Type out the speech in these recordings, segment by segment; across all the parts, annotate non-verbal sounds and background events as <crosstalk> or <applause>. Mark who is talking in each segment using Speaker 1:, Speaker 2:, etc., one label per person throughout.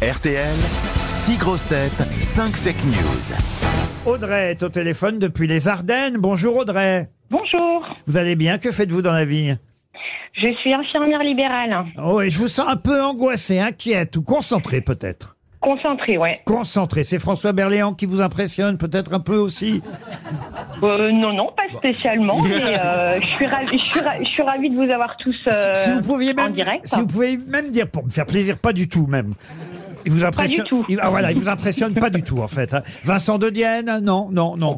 Speaker 1: RTL, 6 grosses têtes, 5 fake news.
Speaker 2: Audrey est au téléphone depuis les Ardennes. Bonjour Audrey.
Speaker 3: Bonjour,
Speaker 2: Vous allez bien Que faites-vous dans la vie
Speaker 3: je suis infirmière libérale.
Speaker 2: Oh, et je vous sens un peu angoissée, inquiète ou concentrée peut-être.
Speaker 3: Concentrée, ouais.
Speaker 2: Concentrée. C'est François Berléand qui vous impressionne peut-être un peu aussi.
Speaker 3: Euh, non, non,
Speaker 2: Bah.
Speaker 3: pas
Speaker 2: <laughs>
Speaker 3: spécialement, mais euh, je, suis ravie, je, suis ra- je suis ravie de vous avoir tous euh,
Speaker 2: si vous pouviez
Speaker 3: en
Speaker 2: même,
Speaker 3: direct.
Speaker 2: si vous pouvez même dire pour me faire plaisir, pas du tout même. Il vous impressionne.
Speaker 3: tout.
Speaker 2: il- ah, voilà, il vous impressionne pas du tout en fait. hein. Vincent De Dienne, non, non,
Speaker 4: Oh,
Speaker 2: non.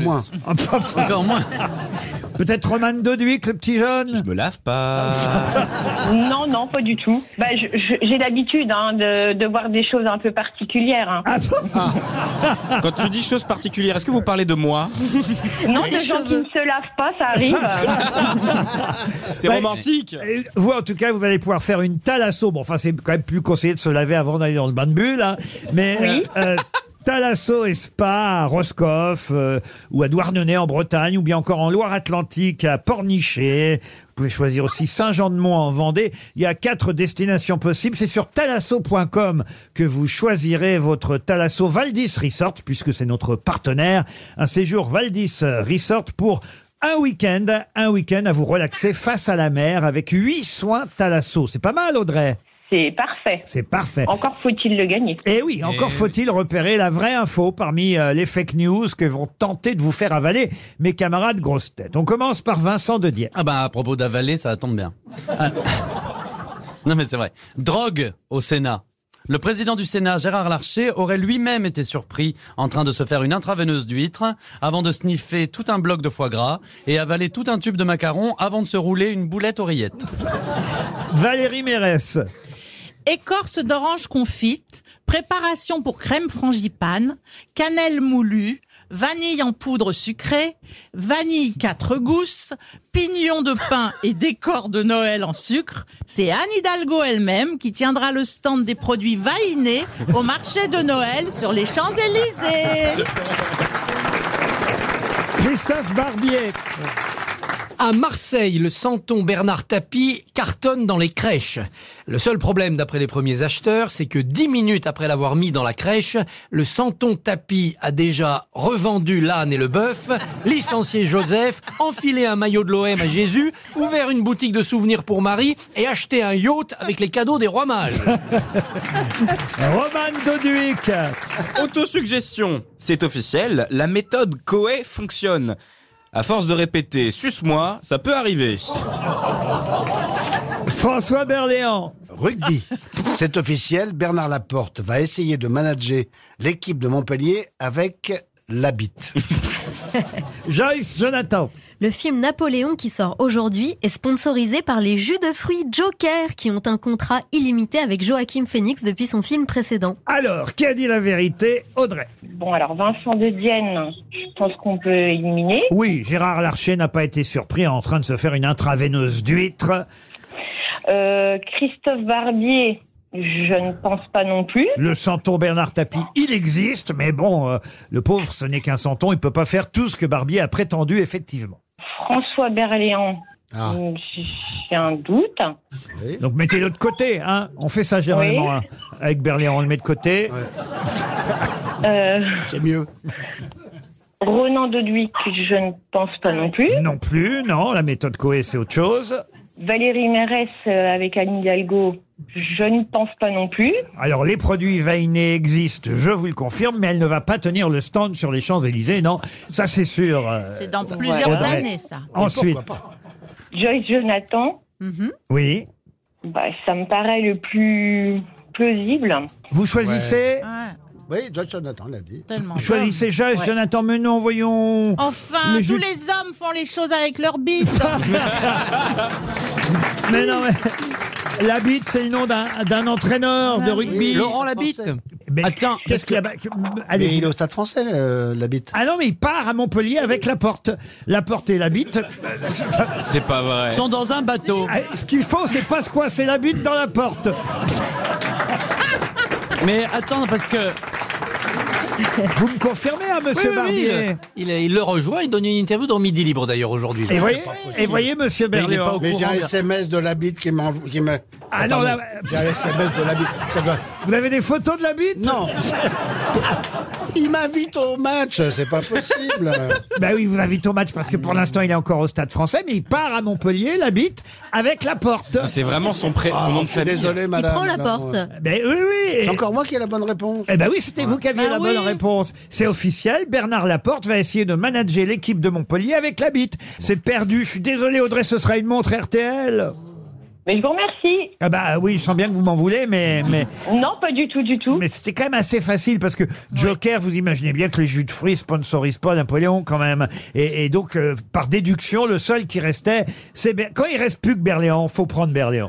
Speaker 2: <laughs>
Speaker 5: moins.
Speaker 4: bah, Encore moins.
Speaker 2: Peut-être Roman Doduic, le petit jeune.
Speaker 4: Je me lave pas.
Speaker 3: Non, non, pas du tout. Bah, je- je- J'ai l'habitude hein, de, de voir des choses un peu particulières. hein.
Speaker 2: Ah, bon
Speaker 4: <laughs> Quand tu dis choses particulières, est-ce que vous parlez de moi
Speaker 2: Ah,
Speaker 3: non, de gens qui ne se lavent pas, ça arrive.
Speaker 4: C'est
Speaker 2: Bah,
Speaker 4: romantique.
Speaker 2: Et Vous, en tout cas, vous allez pouvoir faire une thalasso. Bon, enfin, c'est quand même plus conseillé de se laver avant d'aller dans le bain de bulle. hein. Mais
Speaker 3: Oui.
Speaker 2: euh, euh, thalasso et spa à Roscoff, euh, ou à Douarnenez en Bretagne, ou bien encore en Loire-Atlantique, à Pornichet. Vous pouvez choisir aussi Saint-Jean-de-Mont en Vendée. Il y a quatre destinations possibles. C'est sur thalasso.com que vous choisirez votre Thalasso Valdis Resort, puisque c'est notre partenaire. Un séjour Valdis Resort pour un week-end, un week-end à vous relaxer face à la mer avec huit soins Thalasso. C'est pas mal, Audrey.
Speaker 3: <laughs> C'est parfait.
Speaker 2: C'est parfait.
Speaker 3: Encore faut-il le gagner.
Speaker 2: Et oui, encore faut-il repérer la vraie info parmi euh, les fake news que vont tenter de vous faire avaler mes camarades grosses têtes. On commence par Vincent de Dienne.
Speaker 6: Ah bah à propos d'avaler, ça tombe bien. Ah. Non mais c'est vrai. Drogue au Sénat. Le président du Sénat, Gérard Larcher, aurait lui-même été surpris en train de se faire une intraveineuse d'huître avant de sniffer tout un bloc de foie gras et avaler tout un tube de macarons avant de se rouler une boulette oreillette.
Speaker 2: Valérie Mérès.
Speaker 7: écorce d'orange confite, préparation pour crème frangipane, cannelle moulue, vanille en poudre sucrée, vanille quatre gousses, pignon de pain et décor de Noël en sucre. C'est Anne Hidalgo elle-même qui tiendra le stand des produits vainés au marché de Noël sur les Champs-Élysées.
Speaker 2: Christophe Barbier.
Speaker 8: À Marseille, le santon Bernard Tapie cartonne dans les crèches. Le seul problème, d'après les premiers acheteurs, c'est que dix minutes après l'avoir mis dans la crèche, le santon Tapie a déjà revendu l'âne et le bœuf, licencié Joseph, enfilé un maillot de l'OM à Jésus, ouvert une boutique de souvenirs pour Marie et acheté un yacht avec les cadeaux des rois mages.
Speaker 2: Roman Doduic.
Speaker 4: Autosuggestion. C'est officiel, la méthode Coe fonctionne. À force de répéter suce-moi, ça peut arriver.
Speaker 2: François Berléand.
Speaker 5: Rugby. C'est officiel, Bernard Laporte va essayer de manager l'équipe de Montpellier avec la bite.
Speaker 2: Joyce Jonathan.
Speaker 9: Le film Napoléon qui sort aujourd'hui est sponsorisé par les jus de fruits Joker qui ont un contrat illimité avec Joachim Phoenix depuis son film précédent.
Speaker 2: Alors, qui a dit la vérité Audrey.
Speaker 3: Bon, alors Vincent de Dienne, je pense qu'on peut éliminer.
Speaker 2: Oui, Gérard Larcher n'a pas été surpris en train de se faire une intraveineuse d'huître.
Speaker 3: Euh, Christophe Barbier, je ne pense pas non plus.
Speaker 2: Le santon Bernard Tapie, il existe, mais bon, euh, le pauvre, ce n'est qu'un santon, il peut pas faire tout ce que Barbier a prétendu, effectivement.
Speaker 3: François Berléand,
Speaker 5: Ah.
Speaker 3: hum, j'ai un doute.
Speaker 2: Donc mettez-le de côté, hein. On fait ça généralement
Speaker 3: Oui.
Speaker 2: hein. avec Berléand, on le met de côté.
Speaker 3: Euh,
Speaker 5: <laughs> C'est mieux.
Speaker 3: Ronan Doduic, je ne pense pas non plus.
Speaker 2: Non plus, non. La méthode Coé, c'est autre chose.
Speaker 3: Valérie Mérès euh, avec Anne Hidalgo, je ne pense pas non plus.
Speaker 2: Alors les produits Vainé existent, je vous le confirme, mais elle ne va pas tenir le stand sur les Champs Élysées, non. Ça c'est sûr. euh,
Speaker 7: C'est dans plusieurs
Speaker 2: Audrey.
Speaker 7: années ça.
Speaker 2: ensuite,
Speaker 3: Joyce Jonathan,
Speaker 7: Mhm.
Speaker 2: oui.
Speaker 3: bah, ça me paraît le plus plausible.
Speaker 2: Vous choisissez,
Speaker 7: Ouais,
Speaker 5: Oui, George Jonathan l'a dit.
Speaker 7: tellement.
Speaker 2: vous choisissez Joyce,
Speaker 7: Ah, Ouais.
Speaker 2: Jonathan Menon, voyons.
Speaker 7: Enfin,
Speaker 2: Mais
Speaker 7: tous
Speaker 2: je-
Speaker 7: les hommes font les choses avec leur bite.
Speaker 2: Mais non, mais... La bite, c'est le nom d'un d'un entraîneur de rugby.
Speaker 8: Ah Laurent Labitte
Speaker 2: Mais
Speaker 8: Attends,
Speaker 2: qu'est-ce qu'il y a bah,
Speaker 5: Mais
Speaker 2: Allez,
Speaker 5: il est au stade français, le- la bite.
Speaker 2: Ah non, mais il part à Montpellier avec la porte. La porte et la bite.
Speaker 4: C'est pas vrai.
Speaker 8: sont dans un bateau.
Speaker 2: Ah, Ce qu'il faut, c'est pas se coincer la bite dans la porte.
Speaker 8: Mais attends, parce que...
Speaker 2: Vous me confirmez, hein,
Speaker 8: Oui,
Speaker 2: monsieur
Speaker 8: oui, oui,
Speaker 2: Barbier
Speaker 8: il, il- il le rejoint, il donne une interview dans Midi Libre d'ailleurs aujourd'hui.
Speaker 2: Et voyez, et voyez, monsieur
Speaker 8: Mais il n'est pas
Speaker 2: Berléand.
Speaker 8: au
Speaker 5: Mais j'ai
Speaker 8: courant,
Speaker 5: un
Speaker 8: bien.
Speaker 5: SMS de la bite qui m'envoie.
Speaker 2: Ah non, là-
Speaker 5: J'ai un SMS de la bite. Ça doit-
Speaker 2: Vous avez des photos de la bite
Speaker 5: <laughs> Non. Il m'invite au match, c'est pas possible.
Speaker 2: Ben oui, il vous invite au match parce que pour l'instant, il est encore au stade français, mais il part à Montpellier, la bite, avec la porte.
Speaker 8: Ah,
Speaker 4: C'est vraiment son, pré- son
Speaker 5: Ah,
Speaker 4: nom de
Speaker 5: je suis
Speaker 4: famille.
Speaker 5: désolé,
Speaker 9: Il
Speaker 5: madame.
Speaker 9: prend la
Speaker 5: Non,
Speaker 9: porte.
Speaker 5: euh,
Speaker 2: Ben oui, oui.
Speaker 5: C'est
Speaker 2: et-
Speaker 5: encore moi qui ai la bonne réponse.
Speaker 2: Eh ben oui, c'était vous qui aviez
Speaker 7: Bah
Speaker 2: la
Speaker 7: oui.
Speaker 2: bonne réponse. C'est officiel, Bernard Laporte va essayer de manager l'équipe de Montpellier avec la bite. C'est perdu, je suis désolé Audrey, ce sera une montre RTL.
Speaker 3: Mais je vous remercie.
Speaker 2: Ah bah oui, je sens bien que vous m'en voulez, mais, mais,
Speaker 3: Non, pas du tout, du tout.
Speaker 2: mais c'était quand même assez facile parce que Joker, vous imaginez bien que les jus de fruits sponsorisent pas Napoléon quand même. Et, et donc, euh, par déduction, le seul qui restait, c'est... Ber- Quand il reste plus que Berléand, faut prendre Berléand.